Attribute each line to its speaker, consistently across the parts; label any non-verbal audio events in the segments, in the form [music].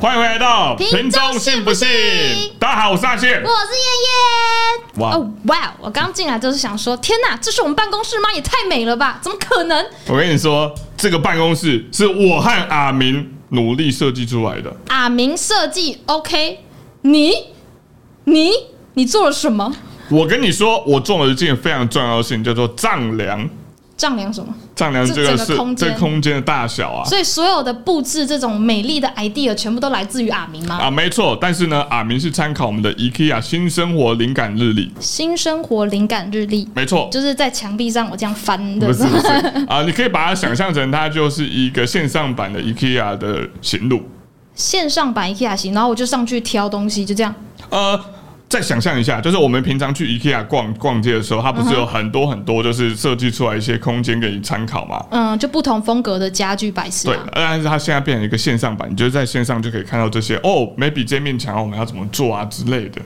Speaker 1: 欢迎回来到
Speaker 2: 屏中信不信
Speaker 1: 大家好，我是阿宪
Speaker 2: 我。是燕燕。
Speaker 1: 哇
Speaker 2: 哦哇！我刚进来就是想说，天哪，这是我们办公室吗？也太美了吧！怎么可能？
Speaker 1: 我跟你说，这个办公室是我和阿明努力设计出来的。
Speaker 2: 阿明设计 OK，你你你做了什么？
Speaker 1: 我跟你说，我做了一件非常重要的事情，叫做丈量。
Speaker 2: 丈量什么？
Speaker 1: 丈量这个
Speaker 2: 这整个
Speaker 1: 是
Speaker 2: 空
Speaker 1: 这
Speaker 2: 间
Speaker 1: 个空间的大小啊。
Speaker 2: 所以所有的布置这种美丽的 idea 全部都来自于阿明吗？
Speaker 1: 啊，没错，但是呢，阿明是参考我们的 IKEA 新生活灵感日历，
Speaker 2: 新生活灵感日历，
Speaker 1: 没错，
Speaker 2: 就是在墙壁上我这样翻的
Speaker 1: 不。是不是啊，你可以把它想象成它就是一个线上版的 IKEA 的行路。
Speaker 2: 线上版 IKEA 型，然后我就上去挑东西，就这样。
Speaker 1: 呃，再想象一下，就是我们平常去 IKEA 逛逛街的时候，它不是有很多很多就是设计出来一些空间给你参考嘛？
Speaker 2: 嗯，就不同风格的家具摆设
Speaker 1: 对
Speaker 2: 啊，，
Speaker 1: 但是它现在变成一个线上版，你就在线上就可以看到这些哦，maybe 这面墙我们要怎么做啊之类的，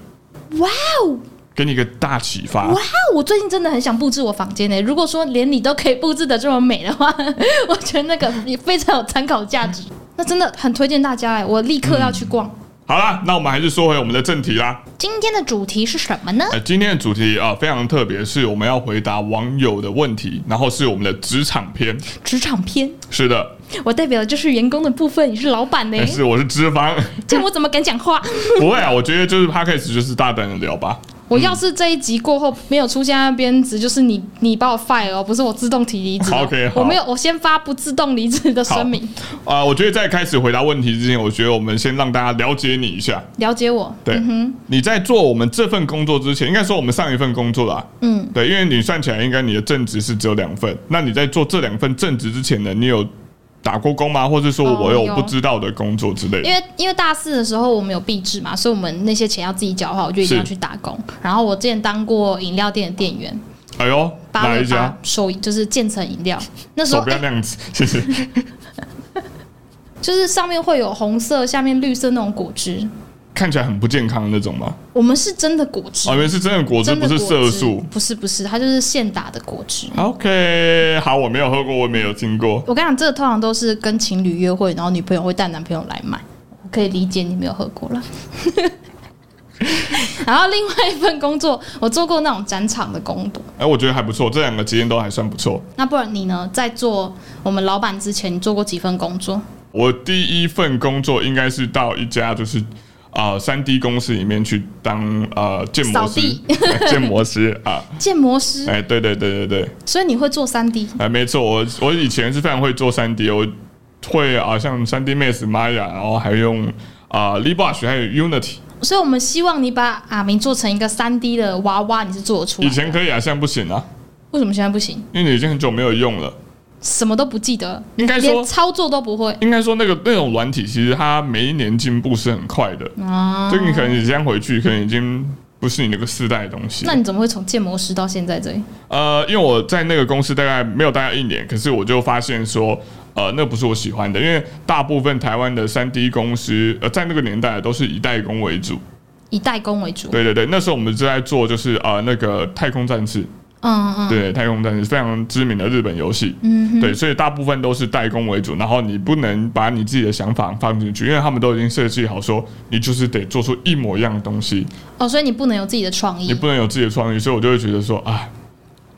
Speaker 2: 哇哦！
Speaker 1: 给你一个大启发。
Speaker 2: 哇，我最近真的很想布置我房间呢、如果说连你都可以布置的这么美的话， [laughs] 我觉得那个也非常有参考价值。那真的很推荐大家哎、我立刻要去逛。
Speaker 1: 好啦，那我们还是说回我们的正题啦。
Speaker 2: 今天的主题是什么呢？
Speaker 1: 呃，今天的主题啊、非常特别，是我们要回答网友的问题，然后是我们的职场篇。
Speaker 2: 职场篇。
Speaker 1: 是的，
Speaker 2: 我代表的就是员工的部分，你是老板呢、
Speaker 1: 但是我是脂肪，
Speaker 2: 这样我怎么敢讲话？
Speaker 1: 不会啊，我觉得就是 podcast 就是大胆的聊吧。
Speaker 2: 我要是这一集过后没有出现在编职，就是你你把我 fire 哦，不是我自动提离职哦。
Speaker 1: 好，OK，好
Speaker 2: 我没有，我先发不自动离职的声明。
Speaker 1: 啊、我觉得在开始回答问题之前，我觉得我们先让大家了解你一下。
Speaker 2: 了解我，
Speaker 1: 对，你在做我们这份工作之前，应该说我们上一份工作啦。
Speaker 2: 嗯，
Speaker 1: 对，因为你算起来，应该你的正职是只有两份。那你在做这两份正职之前呢，你有打过工吗？或者说
Speaker 2: 哦
Speaker 1: 我有
Speaker 2: 有
Speaker 1: 不知道的工作之类的？
Speaker 2: 因为因为大四的时候我们有币制嘛，所以我们那些钱要自己缴的话，我就一定要
Speaker 1: 是
Speaker 2: 去打工。然后我之前当过饮料店的店员，
Speaker 1: 哎呦，
Speaker 2: 八
Speaker 1: 哪
Speaker 2: 六
Speaker 1: 一家
Speaker 2: [laughs] 八？手就是建成饮料，那时候
Speaker 1: 手不要
Speaker 2: 哎
Speaker 1: 那样子，谢谢。 [laughs]
Speaker 2: 就是上面会有红色，下面绿色那种果汁，
Speaker 1: 看起来很不健康的那种吗？
Speaker 2: 我们是真的果汁
Speaker 1: 哦，，原来是真的果汁，
Speaker 2: 真
Speaker 1: 不
Speaker 2: 的
Speaker 1: 是
Speaker 2: 果
Speaker 1: 色
Speaker 2: 汁
Speaker 1: 素。
Speaker 2: 不是不是，它就是现打的果汁。
Speaker 1: OK，好，我没有喝过，我也没有听过。
Speaker 2: 我跟你讲，这个通常都是跟情侣约会，然后女朋友会带男朋友来买，我可以理解你没有喝过
Speaker 1: [laughs]
Speaker 2: 了。然后另外一份工作，我做过那种展场的工作，
Speaker 1: 哎、我觉得还不错，这两个经验都还算不错。
Speaker 2: 那不然你呢？在做我们老板之前，你做过几份工作？
Speaker 1: 我第一份工作应该是到一家就是啊三 D 公司里面去当呃建模
Speaker 2: 扫
Speaker 1: 师
Speaker 2: 地，
Speaker 1: 哎 [laughs] 建模师啊，
Speaker 2: 建模师，
Speaker 1: 哎、对对对对对，
Speaker 2: 所以你会做三 D。
Speaker 1: 哎、没错，我我以前是非常会做三 D，我会啊、像三 D Max、Maya，然后还用啊、Libash 还有 Unity，
Speaker 2: 所以我们希望你把阿明做成一个三 D 的娃娃，你是做得出来
Speaker 1: 以
Speaker 2: 的。
Speaker 1: 前可以啊，现在不行啊，
Speaker 2: 为什么现在不行？
Speaker 1: 因为你已经很久没有用了。
Speaker 2: 什么都不记得，
Speaker 1: 应该说
Speaker 2: 连操作都不会。
Speaker 1: 应该说那个那种软体，其实它每一年进步是很快的，
Speaker 2: 啊
Speaker 1: 就你可能你这样回去，可能已经不是你那个世代的东西。
Speaker 2: 那你怎么会从建模师到现在这里？
Speaker 1: 呃，因为我在那个公司大概没有大概一年，可是我就发现说，呃，那不是我喜欢的，因为大部分台湾的三 D 公司，呃，在那个年代都是以代工为主。
Speaker 2: 以代工为主。
Speaker 1: 对对对，那时候我们就在做就是呃那个太空战士，
Speaker 2: 嗯嗯，
Speaker 1: 对，太空战士非常知名的日本游戏。
Speaker 2: 嗯
Speaker 1: 对，所以大部分都是代工为主，然后你不能把你自己的想法放进去，因为他们都已经设计好说，你就是得做出一模一样的东西，
Speaker 2: 哦，所以你不能有自己的创
Speaker 1: 你
Speaker 2: 意。
Speaker 1: 不能有自己的创意，所以我就会觉得说，啊，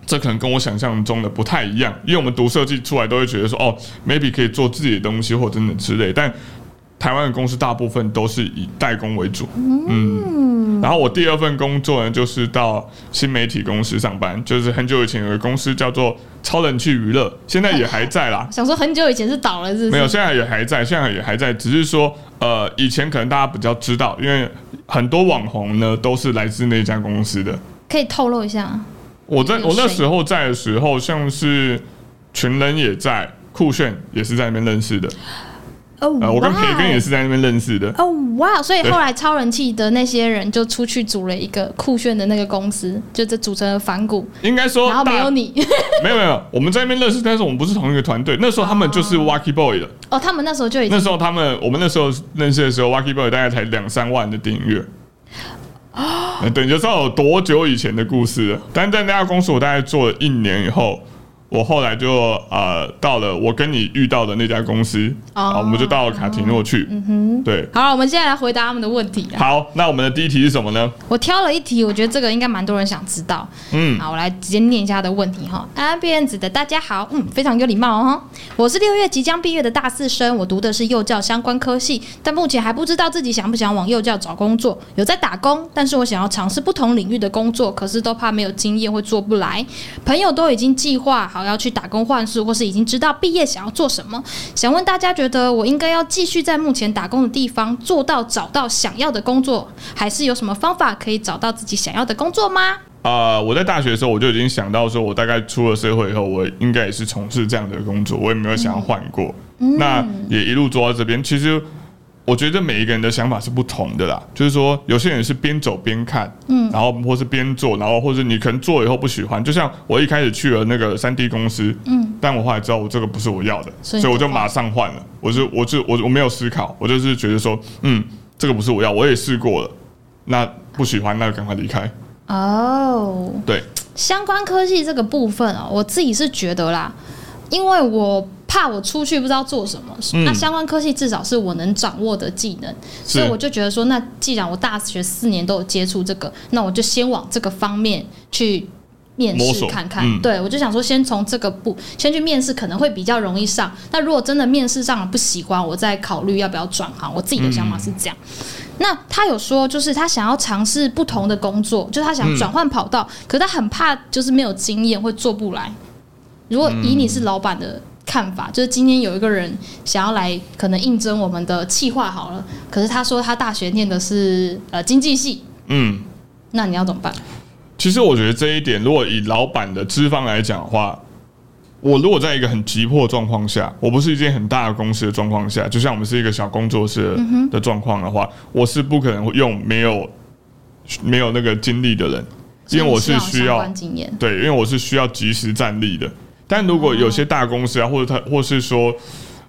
Speaker 1: 这可能跟我想象中的不太一样，因为我们读设计出来都会觉得说，哦，maybe 可以做自己的东西或等等之类，但台湾的公司大部分都是以代工为主，嗯。然后我第二份工作呢，就是到新媒体公司上班，就是很久以前有个公司叫做超人气娱乐，现在也还在啦。
Speaker 2: 想说很久以前是倒了，是不
Speaker 1: 没
Speaker 2: 是？
Speaker 1: 有，现在也还在，现在也还在，只是说，呃，以前可能大家比较知道，因为很多网红呢都是来自那家公司的。
Speaker 2: 可以透露一下啊。
Speaker 1: 我在
Speaker 2: 有
Speaker 1: 我那
Speaker 2: 谁
Speaker 1: 时候在的时候，像是群人也在，酷炫也是在那边认识的，
Speaker 2: 哦，
Speaker 1: 呃，我跟培根也
Speaker 2: 是。
Speaker 1: 是在那边认识的。
Speaker 2: 哦哇！所以
Speaker 1: 对
Speaker 2: 后来超人气的那些人就出去组了一个酷炫的那个公司，就这组成了反骨，
Speaker 1: 应该说
Speaker 2: 然后
Speaker 1: 大，
Speaker 2: 没有你 [laughs]
Speaker 1: 没有没有，我们在那边认识，但是我们不是同一个团队。那时候他们就是 Wacky Boy 的，
Speaker 2: 哦。他们那时候就已
Speaker 1: 那
Speaker 2: 经
Speaker 1: 时候他们我们那时候认识的时候，Wacky Boy 大概才两三万的订阅。呃对，你就知道有多久以前的故事了。但在那家公司，我大概做了一年以后，我后来就呃到了我跟你遇到的那家公司
Speaker 2: 哦
Speaker 1: 啊，我们就到了卡提诺去。嗯哼，对。
Speaker 2: 好了，我们现在来回答他们的问题啊啦。
Speaker 1: 好，那我们的第一题是什么呢？
Speaker 2: 我挑了一题，我觉得这个应该蛮多人想知道。
Speaker 1: 嗯，
Speaker 2: 好，我来直接念一下他的问题哈。安安毕业子的大家好，嗯，非常有礼貌哦。哈我是六月即将毕业的大四生，我读的是幼教相关科系，但目前还不知道自己想不想往幼教找工作。有在打工，但是我想要尝试不同领域的工作，可是都怕没有经验会做不来。朋友都已经计划好要去打工换宿，或是已经知道毕业想要做什么。想问大家，觉得我应该要继续在目前打工的地方做到找到想要的工作，还是有什么方法可以找到自己想要的工作吗？
Speaker 1: 啊、我在大学的时候我就已经想到，说我大概出了社会以后，我应该也是从事这样的工作，我也没有想要换过。那也一路做到这边，其实我觉得每一个人的想法是不同的啦。就是说，有些人是边走边看，嗯，然后或是边做，然后或是你可能做了以后不喜欢。就像我一开始去了那个三 D 公司，嗯，但我后来知道我这个不是我要的，所
Speaker 2: 所以
Speaker 1: 以我就
Speaker 2: 你就换
Speaker 1: 马上换了。我就我就我我没有思考，我就是觉得说，嗯，这个不是我要，我也试过了，那不喜欢那赶快离开。
Speaker 2: 哦、
Speaker 1: 对，
Speaker 2: 相关科技这个部分哦，我自己是觉得啦，因为我怕我出去不知道做什么，
Speaker 1: 嗯
Speaker 2: 那相关科技至少是我能掌握的技能，
Speaker 1: 是
Speaker 2: 所以我就觉得说，那既然我大学四年都有接触这个，那我就先往这个方面去。面
Speaker 1: 摸
Speaker 2: 试
Speaker 1: 索
Speaker 2: 看看，
Speaker 1: 嗯
Speaker 2: 对我就想说，先从这个步先去面试，可能会比较容易上。那如果真的面试上了不喜欢，我再考虑要不要转行。我自己的想法是这样。
Speaker 1: 嗯
Speaker 2: 那他有说，就是他想要尝试不同的工作，就是他想转换跑道，可他很怕就是没有经验会做不来。如果以你是老板的看
Speaker 1: 嗯
Speaker 2: 法，就是今天有一个人想要来可能应征我们的企划好了，可是他说他大学念的是呃经济系，
Speaker 1: 嗯。
Speaker 2: 那你要怎么办？
Speaker 1: 其实我觉得这一点，如果以老板的资方来讲的话，我如果在一个很急迫的状况下，我不是一间很大的公司的状况下，就像我们是一个小工作室的状况的话，我是不可能用没有没有那个经历的人，因为我是
Speaker 2: 所以
Speaker 1: 需
Speaker 2: 你有相
Speaker 1: 要
Speaker 2: 关经验，
Speaker 1: 对，因为我是需要及时站立的。但如果有些大公司啊，或者他或是说，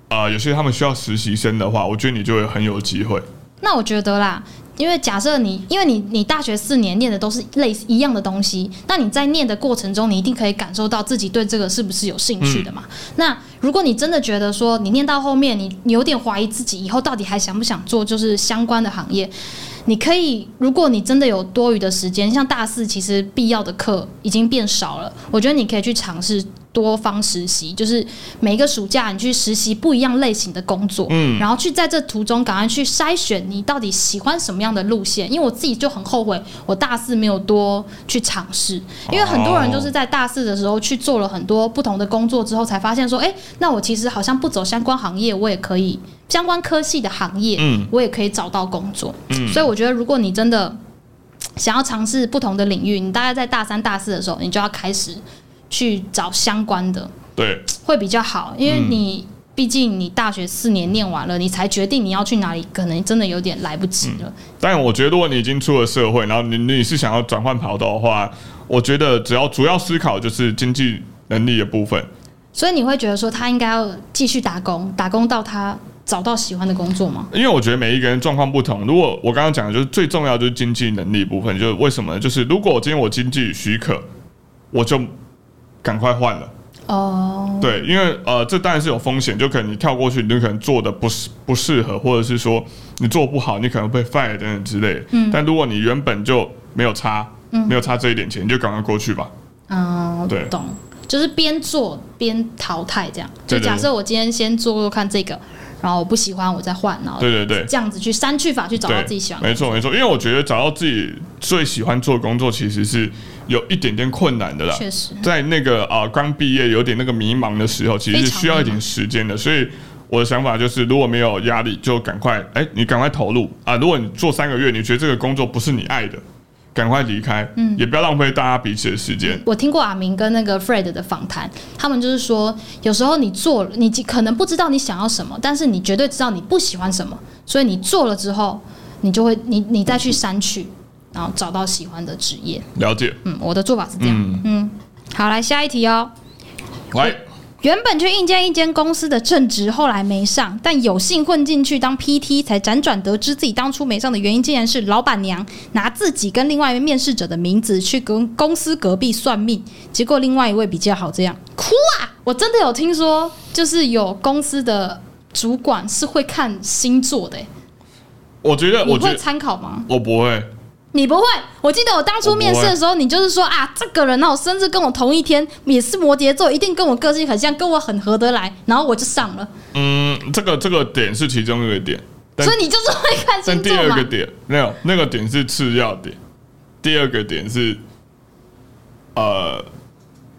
Speaker 1: 呃，有些他们需要实习生的话，我觉得你就会很有机会。
Speaker 2: 那我觉得啦，因为假设你，因为你你大学四年念的都是类似一样的东西，那你在念的过程中，你一定可以感受到自己对这个是不是有兴趣的嘛？那如果你真的觉得说你念到后面，你你有点怀疑自己以后到底还想不想做就是相关的行业。你可以，如果你真的有多余的时间，像大四其实必要的课已经变少了，我觉得你可以去尝试多方实习，就是每个暑假你去实习不一样类型的工作，
Speaker 1: 嗯
Speaker 2: 然后去在这途中赶快去筛选你到底喜欢什么样的路线。因为我自己就很后悔，我大四没有多去尝试，因为很多人就是在大四的时候去做了很多不同的工作之后，才发现说，哎、那我其实好像不走相关行业，我也可以相关科系的行业，
Speaker 1: 嗯
Speaker 2: 我也可以找到工作。所以我觉得，如果你真的想要尝试不同的领域，你大概在大三、大四的时候，你就要开始去找相关的，
Speaker 1: 对，
Speaker 2: 会比较好，因为你
Speaker 1: 嗯
Speaker 2: 毕竟你大学四年念完了，你才决定你要去哪里，可能真的有点来不及了。
Speaker 1: 但我觉得，如果你已经出了社会，然后你你是想要转换跑道的话，我觉得只要主要思考就是经济能力的部分。
Speaker 2: 所以你会觉得说，他应该要继续打工，打工到他找到喜欢的工作吗？
Speaker 1: 因为我觉得每一个人状况不同。如果我刚刚讲的就是最重要就是经济能力部分，就是为什么呢？就是如果我今天我经济许可，我就赶快换了。
Speaker 2: 哦，
Speaker 1: 对，因为呃，这当然是有风险，就可能你跳过去，你可能做的不适不适合，或者是说你做不好，你可能被 fire 等等之类的。嗯，但如果你原本就没有差，没有差这一点钱，你就赶快过去吧。
Speaker 2: 嗯，
Speaker 1: 对
Speaker 2: 懂，就是边做边淘汰这样。就
Speaker 1: 对对
Speaker 2: 假设我今天先做做看这个，然后我不喜欢我再换，然后
Speaker 1: 对对对，
Speaker 2: 这样子去删去法去找
Speaker 1: 对，
Speaker 2: 到自己喜欢的。
Speaker 1: 没错没错，因为我觉得找到自己最喜欢做的工作，其实是有一点点困难的啦。
Speaker 2: 确实，
Speaker 1: 在那个啊、呃刚毕业有点那个迷茫的时候，其实
Speaker 2: 非
Speaker 1: 是
Speaker 2: 常
Speaker 1: 需要一
Speaker 2: 迷
Speaker 1: 点时间的，所以。我的想法就是，如果没有压力，就赶快，哎、你赶快投入啊！如果你做三个月，你觉得这个工作不是你爱的，赶快离开，嗯，也不要浪费大家彼此的时间。
Speaker 2: 我听过阿明跟那个 Fred 的访谈，他们就是说，有时候你做了，你可能不知道你想要什么，但是你绝对知道你不喜欢什么，所以你做了之后，你就会你你再去删去，然后找到喜欢的职业。
Speaker 1: 了解，
Speaker 2: 嗯嗯，我的做法是这样。嗯，好，来下一题哦。
Speaker 1: 来，
Speaker 2: 原本去应届一间公司的正职，后来没上，但有幸混进去当 PT，才辗转得知自己当初没上的原因，竟然是老板娘拿自己跟另外一位面试者的名字去跟公司隔壁算命，结果另外一位比较好，这样哭啊！我真的有听说，就是有公司的主管是会看星座的、欸
Speaker 1: 我觉得，
Speaker 2: 你
Speaker 1: 呃我觉
Speaker 2: 会
Speaker 1: 得
Speaker 2: 参考吗？
Speaker 1: 我不会，
Speaker 2: 你不会？我记得我当初面试的时候，你就是说啊，这个人啊，我生日跟我同一天，也是摩羯座，一定跟我个性很像，跟我很合得来，然后我就上了。
Speaker 1: 嗯，这个这个点是其中一个点，但
Speaker 2: 所以你就是会看
Speaker 1: 但
Speaker 2: 星
Speaker 1: 第
Speaker 2: 座
Speaker 1: 二
Speaker 2: 嘛
Speaker 1: 个？点没有，那个点是次要点，第二个点是，呃，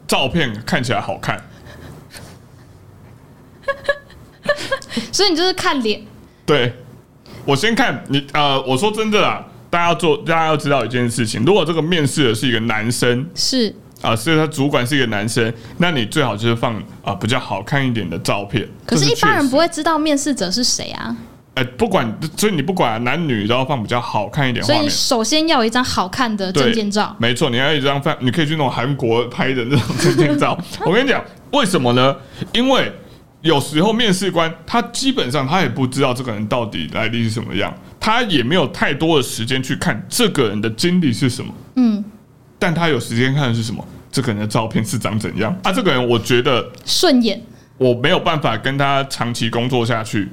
Speaker 1: 照片看起来好看，
Speaker 2: 所以你就是看脸，
Speaker 1: 对，我先看你，呃，我说真的啦，大家要做，大家要知道一件事情，如果这个面试的是一个男生
Speaker 2: 是
Speaker 1: 啊、是他主管是一个男生，那你最好就是放啊、比较好看一点的照片。
Speaker 2: 可是，
Speaker 1: 这
Speaker 2: 一
Speaker 1: 确
Speaker 2: 般人
Speaker 1: 实
Speaker 2: 不会知道面试者是谁啊。
Speaker 1: 哎、不管，所以你不管啊男女都要放比较好看一点的
Speaker 2: 所
Speaker 1: 画
Speaker 2: 以
Speaker 1: 面
Speaker 2: 你。首先要有一张好看的证件照，
Speaker 1: 没错，你要一张饭，你可以去那种韩国拍的那种证件
Speaker 2: [laughs]
Speaker 1: 照。我跟你讲，为什么呢？因为有时候面试官他基本上他也不知道这个人到底来历是什么样，他也没有太多的时间去看这个人的经历是什么，
Speaker 2: 嗯，
Speaker 1: 但他有时间看的是什么？这个人的照片是长怎样啊？这个人我觉得
Speaker 2: 顺眼。
Speaker 1: 我没有办法跟他长期工作下去，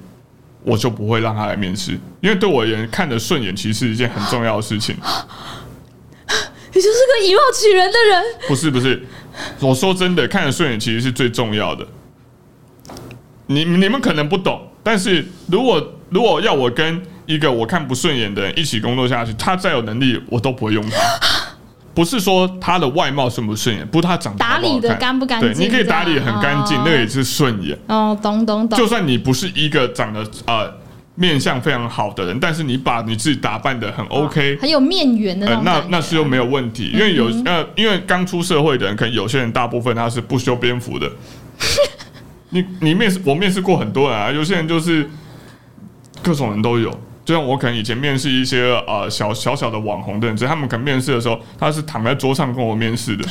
Speaker 1: 我就不会让他来面试，因为对我而言看得顺眼其实是一件很重要的事情。
Speaker 2: 你就是个以貌取人的人，
Speaker 1: 不是不是，我说真的，看得顺眼其实是最重要的。你你们可能不懂，但是如果如果要我跟一个我看不顺眼的人一起工作下去，他再有能力，我都不会用他。不是说他的外貌顺不顺眼，不是他长得好不好
Speaker 2: 打理得
Speaker 1: 看
Speaker 2: 干不干净
Speaker 1: 对，你可以打理得很干净
Speaker 2: 这，样
Speaker 1: 那个也是顺眼。
Speaker 2: 哦，懂懂懂
Speaker 1: 就，算你不是一个长得呃面相非常好的人，但是你把你自己打扮得很 OK，、
Speaker 2: 很有面缘的那
Speaker 1: 呃，
Speaker 2: 种
Speaker 1: 那
Speaker 2: 感觉。嗯
Speaker 1: 那是又没有问题，因为有呃，因为刚出社会的人，可能有些人大部分他是不修边
Speaker 2: [laughs]
Speaker 1: 幅的。你你面试我面试过很多人啊，有些人就是各种人都有。就像我可能以前面试一些呃小小小的网红的人，只是他们可能面试的时候，他是躺在桌上跟我面试的，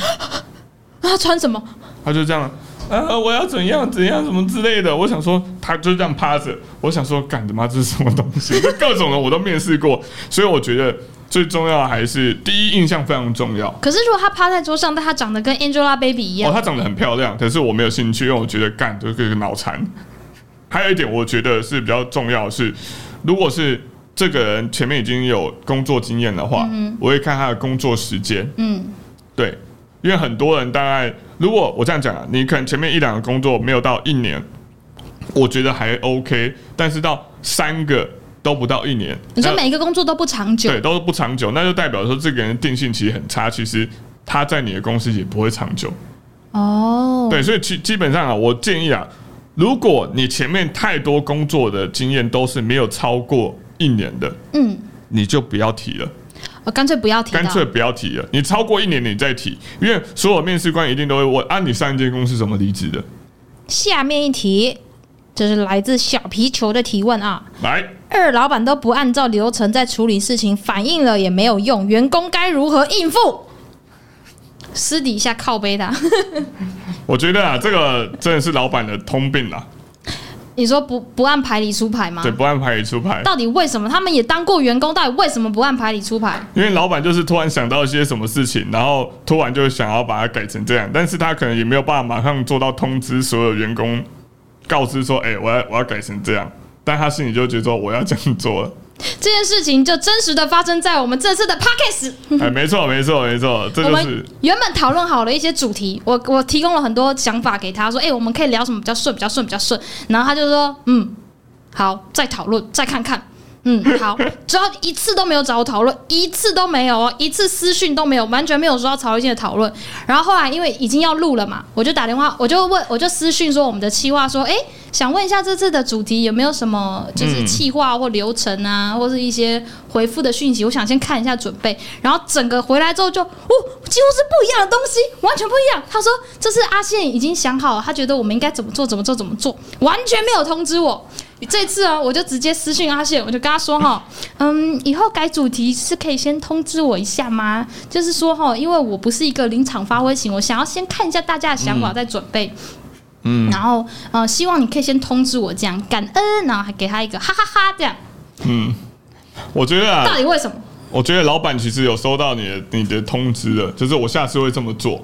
Speaker 2: 啊，穿什么？
Speaker 1: 他就这样，呃，我要怎样怎样什么之类的。我想说，他就这样趴着，我想说，干他妈这是什么东西？就各种的我都面试过，所以我觉得最重要的还是第一印象非常重要。
Speaker 2: 可是如果他趴在桌上，但他长得跟 Angelababy 一
Speaker 1: 哦，
Speaker 2: 样，
Speaker 1: 她长得很漂亮，可是我没有兴趣，因为我觉得干就是个脑残。还有一点，我觉得是比较重要的是，如果是这个人前面已经有工作经验的话，我会看他的工作时间。
Speaker 2: 嗯，
Speaker 1: 对，因为很多人大概，如果我这样讲啊，你可能前面一两个工作没有到一年，我觉得还 OK，但是到三个都不到一年，
Speaker 2: 你说
Speaker 1: 那
Speaker 2: 每一个工作都不长久
Speaker 1: 对，都是不长久，那就代表说这个人定性其实很差，其实他在你的公司也不会长久。
Speaker 2: 哦，
Speaker 1: 对，所以基基本上啊，我建议啊，如果你前面太多工作的经验都是没有超过一年的，
Speaker 2: 嗯，
Speaker 1: 你就不要提了，
Speaker 2: 我干脆不要提到，
Speaker 1: 干脆不要提了。你超过一年你再提，因为所有面试官一定都会问啊，你上一间公司怎么离职的？
Speaker 2: 下面一题，这是来自小皮球的提问啊。
Speaker 1: 来，
Speaker 2: 二老板都不按照流程在处理事情，反映了也没有用，员工该如何应付？私底下靠背啊他，
Speaker 1: 我觉得啊，这个真的是老板的通病啦，
Speaker 2: [laughs] 你说不不按牌理出牌吗
Speaker 1: 对，？不按牌理出牌。
Speaker 2: 到底为什么？他们也当过员工，到底为什么不按牌理出牌？
Speaker 1: 因为老板就是突然想到一些什么事情，然后突然就想要把它改成这样，但是他可能也没有办法马上做到通知所有员工，告知说，哎、我要我要改成这样，但他心里就觉得说我要这样做了。
Speaker 2: 这件事情就真实的发生在我们这次的 p o d c a s
Speaker 1: 哎、没错没错没错，这
Speaker 2: 嗯
Speaker 1: 就
Speaker 2: 我们
Speaker 1: 是
Speaker 2: 原本讨论好了一些主题，我我提供了很多想法给他，说，哎、我们可以聊什么比较顺，比较顺，比较顺。然后他就说，嗯，好，再讨论，再看看。
Speaker 1: [laughs]
Speaker 2: 嗯，好，只要一次都没有找我讨论，一次都没有哦，一次私讯都没有，完全没有说到曹一健的讨论。然后后来因为已经要录了嘛，我就打电话，我就问，我就私讯说我们的企划说，哎、想问一下这次的主题有没有什么就是
Speaker 1: 嗯
Speaker 2: 企划或流程啊，或是一些回复的讯息，我想先看一下准备。然后整个回来之后就，哦，几乎是不一样的东西，完全不一样。他说这次阿宪已经想好了，他觉得我们应该怎么做，怎么做，怎么做，完全没有通知我。这次啊，我就直接私讯阿宪，我就跟他说哈，嗯，以后改主题是可以先通知我一下吗？就是说哈，因为我不是一个临场发挥型，我想要先看一下大家的想法再准备。嗯，然后呃，希望你可以先通知我这样感恩，然后还给他一个哈哈哈这样，
Speaker 1: 我觉得啊，
Speaker 2: 到底为什么？
Speaker 1: 我觉得老板其实有收到你的你的通知了，就是我下次会这么做。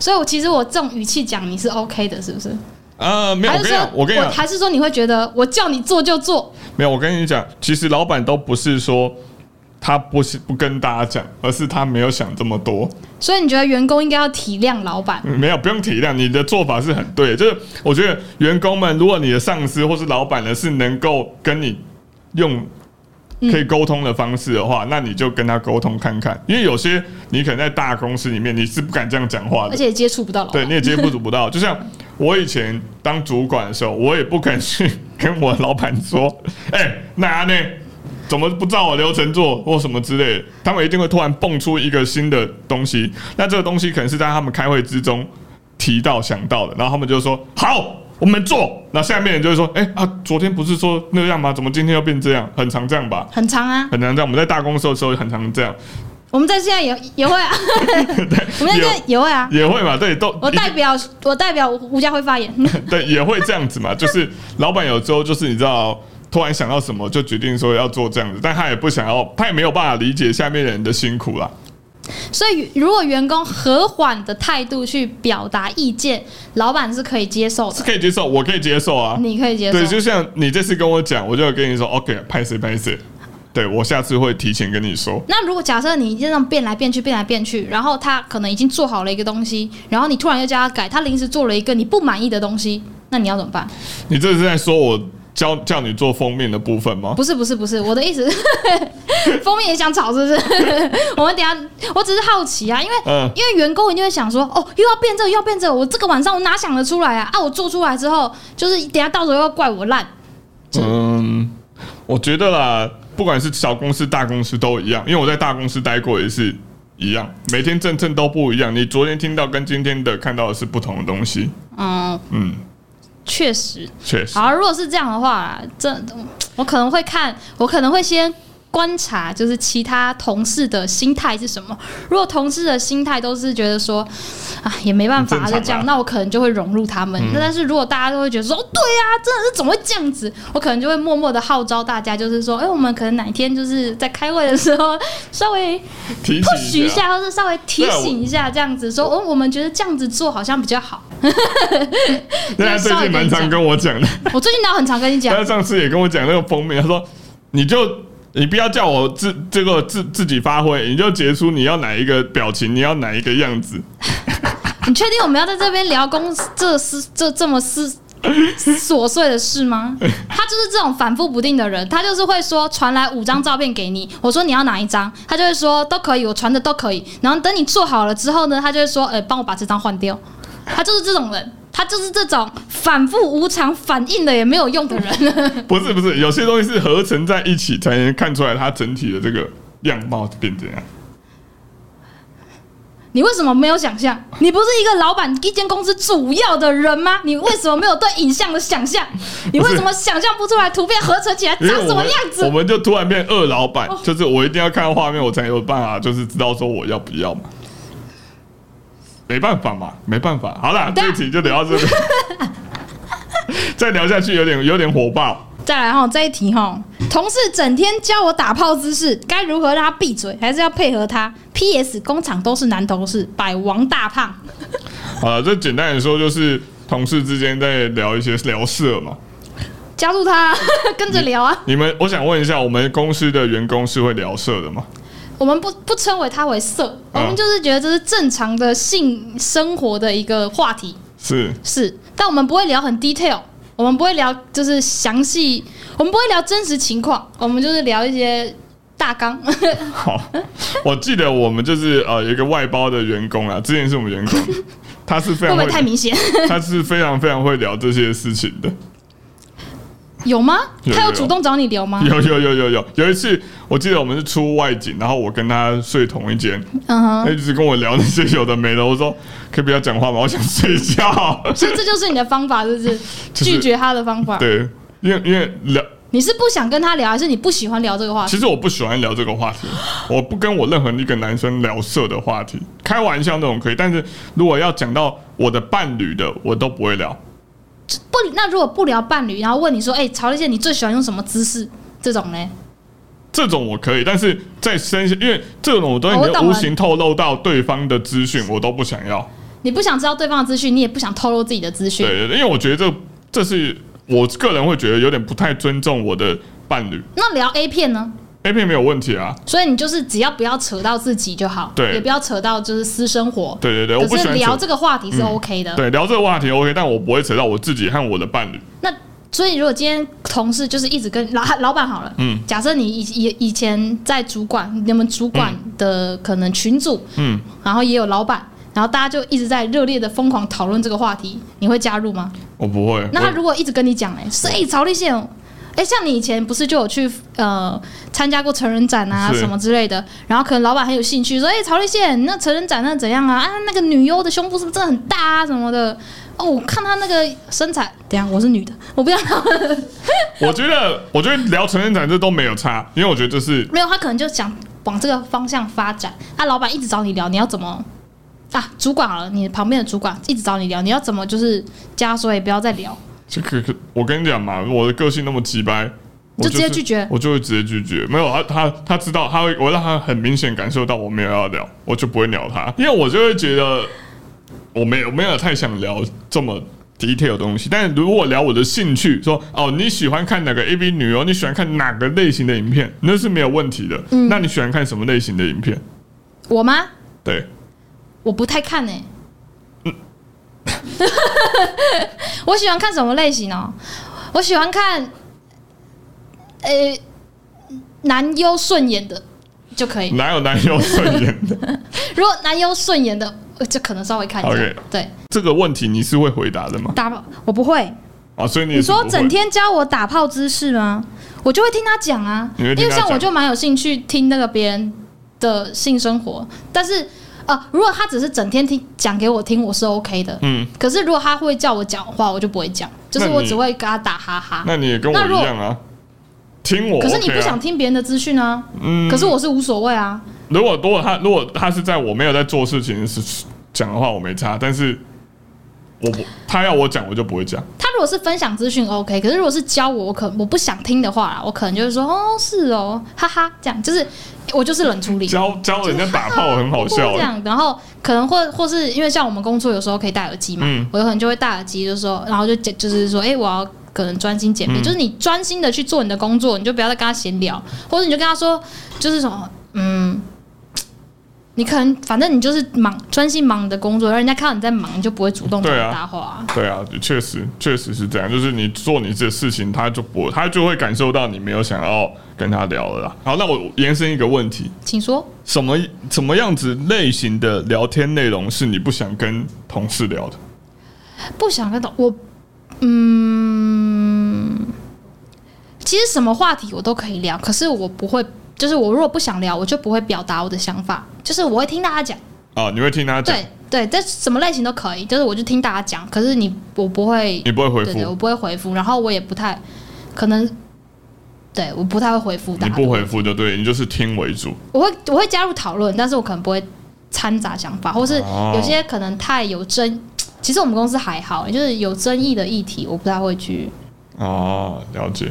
Speaker 2: 所以我其实我这种语气讲你是 OK 的，是不是？
Speaker 1: 呃，没有，我
Speaker 2: 还
Speaker 1: 跟
Speaker 2: 是
Speaker 1: 你
Speaker 2: 说
Speaker 1: 讲，，我跟你讲，
Speaker 2: 还是说你会觉得我叫你做就做？
Speaker 1: 没有，我跟你讲，其实老板都不是说他不是不跟大家讲，而是他没有想这么多。
Speaker 2: 所以你觉得员工应该要体谅老板？
Speaker 1: 嗯没有，不用体谅，你的做法是很对的。就是我觉得员工们，如果你的上司或是老板呢是能够跟你用可以沟通的方式的话，那你就跟他沟通看看。因为有些你可能在大公司里面你是不敢这样讲话
Speaker 2: 而
Speaker 1: 的，
Speaker 2: 且也接触不到老
Speaker 1: 对，
Speaker 2: 板。
Speaker 1: 你也接触不到。就像我以前当主管的时候，我也不敢去 [laughs] 跟我老板说：“哎、哪呢？怎么不照我流程做或什么之类的？”他们一定会突然蹦出一个新的东西，那这个东西可能是在他们开会之中提到想到的，然后他们就说：“好。”我们做，那下面人就会说：“哎、啊，昨天不是说那样吗？怎么今天又变这样？很常这样吧，
Speaker 2: 很长啊，
Speaker 1: 很常这样。我们在大公司的时候很常这样，
Speaker 2: 我们在现在也也会
Speaker 1: [laughs]
Speaker 2: 啊，我们在现在也会啊。
Speaker 1: 也会嘛，对，都
Speaker 2: 我代表我代表吴家辉发言， [laughs]
Speaker 1: 对，也会这样子嘛，就是老板有时候就是你知道。突然想到什么，就决定说要做这样子，但他也不想要，他也没有办法理解下面人的辛苦啦。
Speaker 2: 所以如果员工和缓的态度去表达意见，老板是可以接受
Speaker 1: 是
Speaker 2: 的，
Speaker 1: 可以接受，我可以接受啊。
Speaker 2: 你可以接
Speaker 1: 对，就
Speaker 2: 受。
Speaker 1: 像你这次跟我讲，我就有跟你说，OK，拍谁拍谁。对我下次会提前跟你说。
Speaker 2: 那如果假设你这样变来变去，变来变去，然后他可能已经做好了一个东西，然后你突然又叫他改，他临时做了一个你不满意的东西，那你要怎么办？
Speaker 1: 你这是在说我教叫你做封面的部分吗？
Speaker 2: 不是不是不是，我的意思是， [laughs] 封面也想炒是不 [laughs] 是？我们等一下，我只是好奇啊，因为、
Speaker 1: 嗯
Speaker 2: 因为员工一定会想说，哦，又要变这个，又要变这个，我这个晚上我哪想得出来啊？啊，我做出来之后，就是等一下到时候要怪我烂，
Speaker 1: 嗯，我觉得啦，不管是小公司、大公司都一样，因为我在大公司待过也是一样，每天阵阵都不一样。你昨天听到跟今天的看到的是不同的东西，
Speaker 2: 嗯，
Speaker 1: 嗯，
Speaker 2: 确实。
Speaker 1: 确实。
Speaker 2: 好，如果是这样的话，这我可能会看，我可能会先。观察就是其他同事的心态是什么。如果同事的心态都是觉得说，啊，也没办
Speaker 1: 很
Speaker 2: 法
Speaker 1: 正
Speaker 2: 就
Speaker 1: 常嗯
Speaker 2: 这样
Speaker 1: 啦，
Speaker 2: 那我可能就会融入他们。那但是如果大家都会觉得说，哦，对啊，真的是怎么会这样子？我可能就会默默的号召大家，就是说，哎、我们可能哪一天就是在开会的时候 [laughs] 稍微
Speaker 1: 提
Speaker 2: push
Speaker 1: 起
Speaker 2: 一，下，或是稍微提
Speaker 1: 对啊我
Speaker 2: 醒一下，这样子说，哦，我们觉得这样子做好像比较好。
Speaker 1: 对啊，最近蛮常跟我讲的，
Speaker 2: 我最近哪有很常跟你讲
Speaker 1: 他，上次也跟我讲那个封面，他说你就。你不要叫我自这个自自己发挥，你就截出你要哪一个表情，你要哪一个样子。
Speaker 2: [laughs] 你确定我们要在这边聊公司这私这这么私琐碎的事吗？他就是这种反复不定的人，他就是会说传来五张照片给你，我说你要哪一张，他就会说都可以，我传的都可以。然后等你做好了之后呢，他就会说，呃，帮我把这张换掉。他就是这种人，他就是这种反复无常、反应的也没有用的人。
Speaker 1: 不是不是，有些东西是合成在一起才能看出来它整体的这个样貌变怎样。
Speaker 2: 你为什么没有想象？你不是一个老板、一间公司主要的人吗？你为什么没有对影像的
Speaker 1: [laughs]
Speaker 2: 想象？你为什么想象不出来图片合成起来
Speaker 1: 因
Speaker 2: 长
Speaker 1: 为
Speaker 2: 什
Speaker 1: 我
Speaker 2: 么
Speaker 1: 们
Speaker 2: 样
Speaker 1: 我
Speaker 2: 子？
Speaker 1: 们就突然变二老板
Speaker 2: 哦，
Speaker 1: 就是我一定要看到画面，我才有办法，就是知道说我要不要嘛。没办法嘛，没办法。好啦，
Speaker 2: 对啊
Speaker 1: 这一题就聊到这里， [laughs] 再聊下去有点有点火爆。
Speaker 2: 再来哈，这一题哈，同事整天教我打炮姿势，该如何让他闭嘴？还是要配合他？P.S. 工厂都是男同事，百王大胖。
Speaker 1: 好了，这简单的说就是同事之间在聊一些聊色嘛。
Speaker 2: 加入他， [laughs] 跟着聊啊！
Speaker 1: 你们，我想问一下，我们公司的员工是会聊色的吗？
Speaker 2: 我们不不称为他为色，我
Speaker 1: 啊
Speaker 2: 们就是觉得这是正常的性生活的一个话题。
Speaker 1: 是，
Speaker 2: 是，但我们不会聊很 detail，我们不会聊就是详细，我们不会聊真实情况，我们就是聊一些大纲。
Speaker 1: 好，我记得我们就是呃有一个外包的员工啊，之前是我们员工，他是非
Speaker 2: [laughs] 会
Speaker 1: 常
Speaker 2: 不
Speaker 1: 会
Speaker 2: 会太明显？
Speaker 1: [laughs] 他是非常非常会聊这些事情的。
Speaker 2: 有吗？
Speaker 1: 有
Speaker 2: 他有
Speaker 1: 有
Speaker 2: 主动找你聊吗？
Speaker 1: 有有有有有有一次，我记得我们是出外景，然后我跟他睡同一间，
Speaker 2: 嗯哼，
Speaker 1: 他一直跟我聊那些有的没的。我说可以不要讲话吗？ [laughs] 我想睡觉。
Speaker 2: 所以这就是你的方法，是不是？
Speaker 1: [laughs] 就是
Speaker 2: 拒绝啊他的方法。
Speaker 1: 对，因为因为聊，
Speaker 2: 你是不想跟他聊，还是你不喜欢聊这个话题？
Speaker 1: 其实我不喜欢聊这个话题，我不跟我任何一个男生聊色的话题，开玩笑那种可以，但是如果要讲到我的伴侣的，我都不会聊。
Speaker 2: 不，那如果不聊伴侣，然后问你说，哎、曹丽姐，你最喜欢用什么姿势？这种呢？
Speaker 1: 这种我可以，但是在身因为这种东西
Speaker 2: 哦
Speaker 1: 你
Speaker 2: 我
Speaker 1: 就
Speaker 2: 懂了
Speaker 1: 无形透露到对方的资讯，我都不想要。
Speaker 2: 你不想知道对方的资讯，你也不想透露自己的资讯，
Speaker 1: 对，因为我觉得这这是我个人会觉得有点不太尊重我的伴侣。
Speaker 2: 那聊 A 片呢？
Speaker 1: A 片没有问题啊，
Speaker 2: 所以你就是只要不要扯到自己就好，
Speaker 1: 对
Speaker 2: 也不要扯到就是私生活。
Speaker 1: 对对对，我不
Speaker 2: 可
Speaker 1: 喜
Speaker 2: 是
Speaker 1: 欢
Speaker 2: 聊
Speaker 1: 扯
Speaker 2: 这个话题是
Speaker 1: 嗯
Speaker 2: OK 的。
Speaker 1: 对聊这个话题 OK，但我不会扯到我自己和我的伴侣。
Speaker 2: 那所以如果今天同事就是一直跟老老板好了，
Speaker 1: 嗯
Speaker 2: 假设你以以以前在主管，你们主管的可能群组，
Speaker 1: 嗯，
Speaker 2: 然后也有老板，然后大家就一直在热烈的疯狂讨论这个话题，你会加入吗？
Speaker 1: 我不会。
Speaker 2: 那他
Speaker 1: 我
Speaker 2: 如果一直跟你讲、欸，哎，是哎，曹立宪，哎、像你以前不是就有去呃参加过成人展啊
Speaker 1: 是
Speaker 2: 什么之类的，然后可能老板很有兴趣，说，哎、曹立宪，那成人展那怎样啊？啊，那个女优的胸部是不是真的很大啊什么的？哦，我看她那个身材，等一下我是女的，我不要，
Speaker 1: 我觉得，我觉得聊成人展这都没有差，因为我觉得这是
Speaker 2: 没有，他可能就想往这个方向发展。啊，老板一直找你聊，你要怎么？啊，主管好了，你旁边的主管一直找你聊，你要怎么就是加说也不要再聊，
Speaker 1: 这个，我跟你讲嘛，我的个性那么直白。
Speaker 2: 你
Speaker 1: 我
Speaker 2: 就
Speaker 1: 就
Speaker 2: 直接
Speaker 1: 是
Speaker 2: 拒绝
Speaker 1: 我就会直接拒绝。没有他，啊他他知道，他会，我让他很明显感受到我没有要聊，我就不会鸟他，因为我就会觉得我没有没有太想聊这么 detail 的东西。但如果聊我的兴趣，说哦你喜欢看哪个 AV 女哦优，你喜欢看哪个类型的影片，那是没有问题的。
Speaker 2: 嗯
Speaker 1: 那你喜欢看什么类型的影片？
Speaker 2: 我吗？
Speaker 1: 对，
Speaker 2: 我不太看呢、 [laughs] 我喜欢看什么类型哦？我喜欢看，呃、男优顺眼的就可以。
Speaker 1: 哪有男优顺眼
Speaker 2: [laughs]
Speaker 1: 的？
Speaker 2: 如果男优顺眼的，呃就可能稍微看一下。
Speaker 1: OK
Speaker 2: 对，
Speaker 1: 这个问题你是会回答的吗？
Speaker 2: 打炮我不会。
Speaker 1: 啊，所以你也
Speaker 2: 你
Speaker 1: 是不
Speaker 2: 说
Speaker 1: 会
Speaker 2: 整天教我打炮姿势吗？我就会听他讲啊，
Speaker 1: 你会
Speaker 2: 因
Speaker 1: 听
Speaker 2: 为
Speaker 1: 他
Speaker 2: 像我
Speaker 1: 讲
Speaker 2: 就蛮有兴趣听那个别人的性生活，但是呃，如果他只是整天听讲给我听，我是 OK 的。
Speaker 1: 嗯，
Speaker 2: 可是如果他会叫我讲话，我就不会讲，就是
Speaker 1: 那
Speaker 2: 我
Speaker 1: 你
Speaker 2: 只会跟他打哈哈。
Speaker 1: 那你也跟我
Speaker 2: 啊那如
Speaker 1: 一
Speaker 2: 果
Speaker 1: 样啊，听我、
Speaker 2: 可是你不
Speaker 1: OK 啊嗯
Speaker 2: 想听别人的资讯啊，可是我是无所谓啊。
Speaker 1: 如果如果他如果他是在我没有在做事情是讲的话，我没差，但是我不他要我讲，我就不会讲。
Speaker 2: 他如果是分享资讯 OK，可是如果是教我，我可我不想听的话啦，我可能就是说哦是哦，哈哈，这样就是我就是冷处理。
Speaker 1: 教教人家打炮很好笑
Speaker 2: 这
Speaker 1: 欸、
Speaker 2: 样，然后可能或或是因为像我们工作有时候可以戴耳机嘛，
Speaker 1: 嗯
Speaker 2: 我有可能就会戴耳机，就说，然后就解就是说，哎、我要可能专心减肥，
Speaker 1: 嗯
Speaker 2: 就是你专心的去做你的工作，你就不要再跟他闲聊，或者你就跟他说，就是什么，嗯。你可能反正你就是忙，专心忙你的工作，然后人家看到你在忙，你就不会主动找
Speaker 1: 对
Speaker 2: 你
Speaker 1: 啊
Speaker 2: 搭话啊、
Speaker 1: 对啊，确实确实是这样，就是你做你这事情，他就不他就会感受到你没有想要跟他聊了啦。好，那我延伸一个问题，
Speaker 2: 请说，
Speaker 1: 什么什么样子类型的聊天内容是你不想跟同事聊的？
Speaker 2: 不想跟懂我，嗯，其实什么话题我都可以聊，可是我不会，就是我如果不想聊，我就不会表达我的想法，就是我会听大家讲，
Speaker 1: 啊，你会听他讲，
Speaker 2: 对对，但什么类型都可以，就是我就听大家讲，可是你我不会，
Speaker 1: 你不会回
Speaker 2: 对对，我
Speaker 1: 复，
Speaker 2: 不会回复，然后我也不太可能，对我不太会回复大
Speaker 1: 你
Speaker 2: 家，
Speaker 1: 不回复就对，你就是听为主。
Speaker 2: 我会我会加入讨论，但是我可能不会掺杂想法，或是
Speaker 1: 哦
Speaker 2: 有些可能太有争，其实我们公司还好，就是有争议的议题，我不太会去。
Speaker 1: 哦，了解。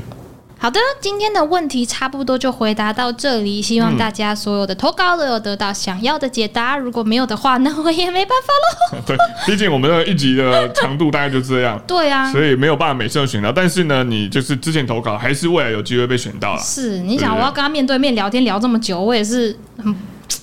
Speaker 2: 好的，今天的问题差不多就回答到这里，希望大家所有的投稿都有得到想要的解答。如果没有的话，那我也没办法喽。，
Speaker 1: [laughs] 对，毕竟我们的一集的长度大概就这样
Speaker 2: 对啊，
Speaker 1: 所以没有办法每次都选到。但是呢，你就是之前投稿，还是未来有机会被选到了。
Speaker 2: 是你想
Speaker 1: 对
Speaker 2: 我要跟他面对面聊天聊这么久，我也是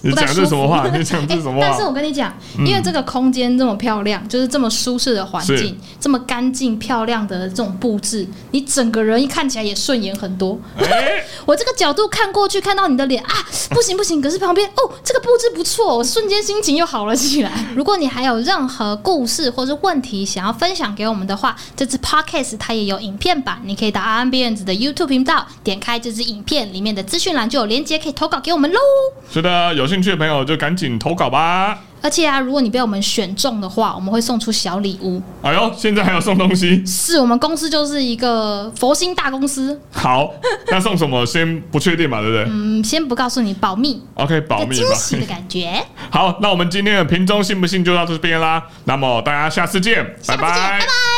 Speaker 1: 你
Speaker 2: 不太
Speaker 1: 讲这
Speaker 2: 舒
Speaker 1: 什么
Speaker 2: 服
Speaker 1: 话？你讲这
Speaker 2: 哎
Speaker 1: 什么
Speaker 2: [laughs] 但是
Speaker 1: 话？嗯
Speaker 2: 我跟你讲，因为这个空间这么漂亮，就是这么舒适的环
Speaker 1: 是
Speaker 2: 境，这么干净漂亮的这种布置，你整个人一看起来也顺眼很多。
Speaker 1: 哎，
Speaker 2: [laughs] 我这个角度看过去，看到你的脸啊，不行不行，可是旁边哦，这个布置不错，我瞬间心情又好了起
Speaker 1: [laughs]
Speaker 2: 来。如果你还有任何故事或是问题想要分享给我们的话，这支 podcast 它也有影片版，你可以到 R N B N 的 YouTube 频道，点开这支影片里面的资讯栏就有链接可以投稿给我们喽。
Speaker 1: 是的，有兴趣的朋友就赶紧投稿吧。
Speaker 2: 而且啊，如果你被我们选中的话，我们会送出小礼物。
Speaker 1: 哎呦，现在还有送东西，
Speaker 2: 是我们公司就是一个佛心大公司，
Speaker 1: 好，那送什么先不确定嘛，对不对
Speaker 2: 嗯，先不告诉你，保密，
Speaker 1: ？OK，保
Speaker 2: 一个
Speaker 1: 密
Speaker 2: 惊
Speaker 1: 吧。
Speaker 2: 喜的感觉。
Speaker 1: [laughs] 好，那我们今天的瓶中信不信就到这边啦。那么大家下次见，
Speaker 2: 下次见，拜拜。